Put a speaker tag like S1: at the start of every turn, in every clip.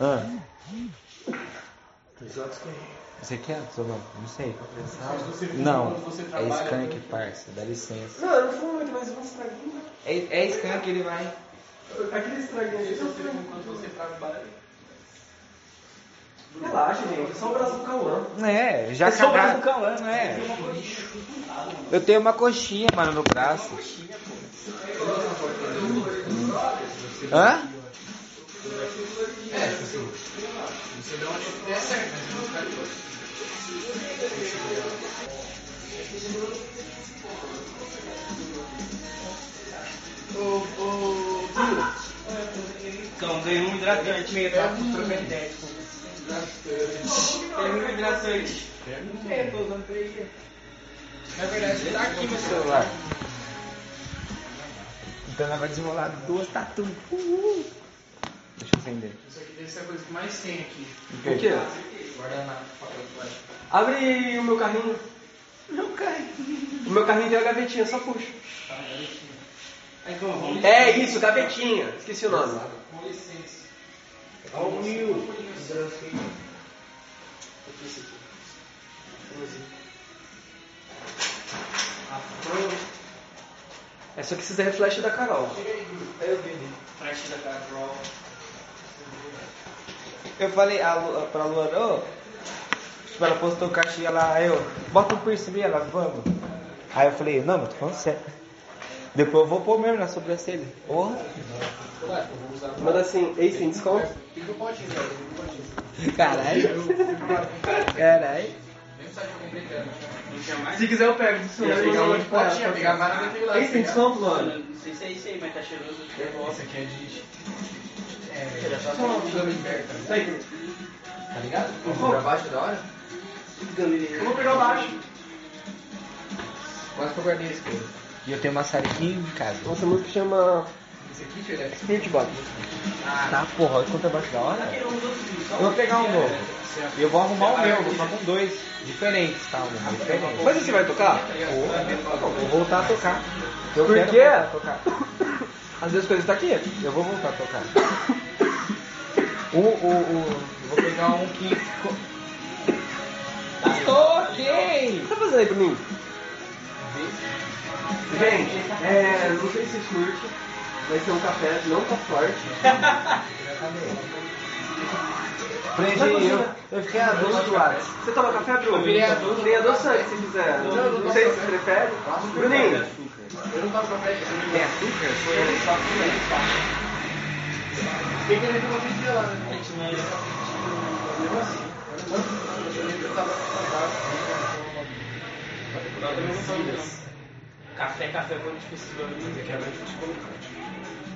S1: Ah,
S2: Os outros que
S1: você quer, Solon? é, Não sei.
S2: Mas você fuma
S1: Não,
S2: quando você
S1: é
S2: trabalha,
S1: skunk,
S2: né?
S1: parça, dá licença.
S3: Não, eu não fumo muito, mas eu faço traguinho.
S1: É, é skunk, ele vai.
S3: Aquele estraguinho ali,
S2: Isso
S3: eu
S2: você fuma
S3: fumo.
S2: quando você
S3: tá
S2: trabalha.
S3: Relaxa, gente. É só o braço do Cauã.
S1: É, já
S3: É só o
S1: cagaram.
S3: braço do Cauã,
S1: Não é?
S3: Tem uma coisa-
S1: Eu tenho uma coxinha, mano, no braço.
S2: tá um,
S1: Hum. Hã?
S3: Cão, ganhou um hidratante meio da cultura benéfica. Ele é um hidratante. É, tô usando 3 dias.
S2: Na verdade, tá aqui meu celular.
S1: celular. Então ela vai desenrolar duas tatu. Uhul. Deixa eu acender.
S2: Isso aqui deve ser a coisa que mais tem aqui.
S3: O quê?
S2: Guardanapo, papel plástico.
S3: Abre o meu carrinho.
S1: Não cai.
S3: O meu carrinho tem uma gavetinha, só puxa.
S2: Tá, garotinho. Ah, Então, vamos.
S3: É isso, gavetinha. Esqueci o nome.
S2: Com licença.
S3: Ao mil. É só que esses daí é flash da Carol.
S2: Frente da Carol.
S1: Eu falei a Lu, pra Luana, ô. tipo, ela postou caixinha lá, aí eu, bota um piercing nela, ela, vamos. Aí eu falei, não, mas tô falando sério. Depois eu vou pôr mesmo na sobrancelha. Porra.
S3: Manda assim, ei, sim, desconto.
S2: Fica o potinho, velho. Fica o potinho.
S1: Caralho. Caralho.
S2: Nem sabe que eu comprei dela. Não tinha mais?
S3: Se quiser eu pego. Se
S2: Eu ia pegar um monte de potinha, pegar mais daquele lá.
S3: Ei, sim, desconto, mano.
S4: Não sei se é isso aí, mas tá cheiroso.
S2: Nossa, aqui é de. É, é só uma gama de merda.
S3: Aí,
S2: Tá ligado? Pra baixo da hora?
S3: eu vou pegar o baixo.
S2: Quase que eu guardei esse coisa.
S1: E eu tenho uma sariquinha em casa.
S3: Nossa música chama
S2: Esse aqui, filho, é.
S3: Spirit Box.
S1: Tá, porra, olha quanto é baixo da hora. Eu vou pegar um novo. E eu vou arrumar o meu, vou ficar com dois. Diferentes, tá? Um diferente.
S3: Mas você vai tocar?
S1: Vou, vou voltar a tocar. Eu
S3: Por
S1: quero
S3: quê?
S1: voltar a tocar.
S3: Às vezes coisas tá aqui.
S1: Eu vou voltar a tocar. O, o, o. Eu vou pegar um que. Tá, Toquei! um
S3: O que tá fazendo aí pra mim? Gente, é, não sei se curte, vai ser um café, não tá forte.
S1: Prende
S3: Mas você-
S1: eu. Eu fiquei adulto do Whats.
S3: Você toma café, Bruno?
S2: virei adulto.
S3: Tem adoçante se quiser.
S2: Não, eu
S3: Não,
S2: não
S3: sei se
S2: tomo
S3: você prefere. Bruninho,
S2: Eu não passo pra frente.
S3: tem açúcar?
S2: Tem que ver com você de lá, né?
S4: Café, café, quando difícil do mundo, que é mais difícil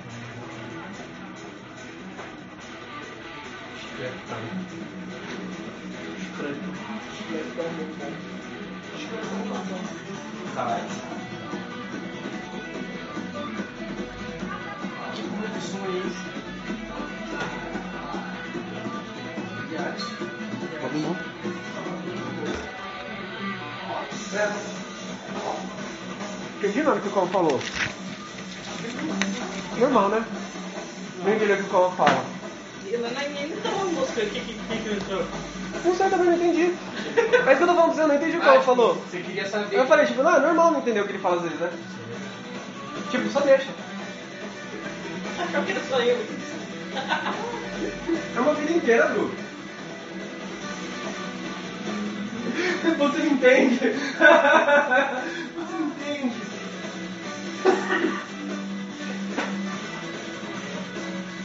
S3: Entendi nada que o Calma falou. Normal, né? Não entendi o que o Calma fala.
S4: Ele tava mostrando o que que que ele entrou.
S3: Não sei, também não entendi. Mas quando eu tô falando pra você, eu não entendi o que o Calma falou.
S2: Ah, Você queria saber.
S3: Eu falei, tipo, não, é normal não entender o que ele fala às vezes, né? Tipo, só deixa.
S4: Achou que era só eu.
S3: É uma vida inteira, Bru. Você entende? Você entende?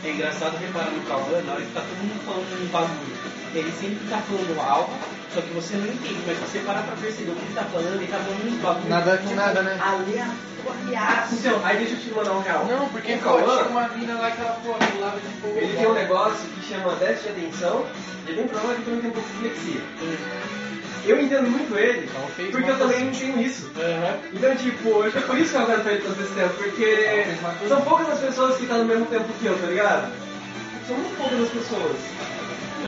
S4: É engraçado reparar no Cauã, na hora que tá todo mundo falando um bagulho. Ele sempre tá falando algo, só que você não entende, mas se você parar pra perceber o que ele tá falando, ele tá falando um bagulho.
S2: Nada com nada, né?
S4: Aleatoriaço.
S3: Então, aí deixa eu te mandar um real.
S2: Não, porque
S3: O
S2: pô,
S3: Cauã,
S2: tinha uma mina lá que ela pô, do lado de pô.
S3: ele tem um negócio que chama déficit de atenção, ele tem problema que também tem um pouco de dislexia. Eu entendo muito ele,
S2: Então, fez
S3: porque
S2: uma
S3: eu também
S2: coisa.
S3: não tenho isso.
S2: Aham.
S3: Então, tipo, acho que é por isso que eu agora tô indo esse tempo, porque
S2: É, fez uma coisa.
S3: são poucas as pessoas que estão no mesmo tempo que eu, tá ligado? São muito poucas as pessoas.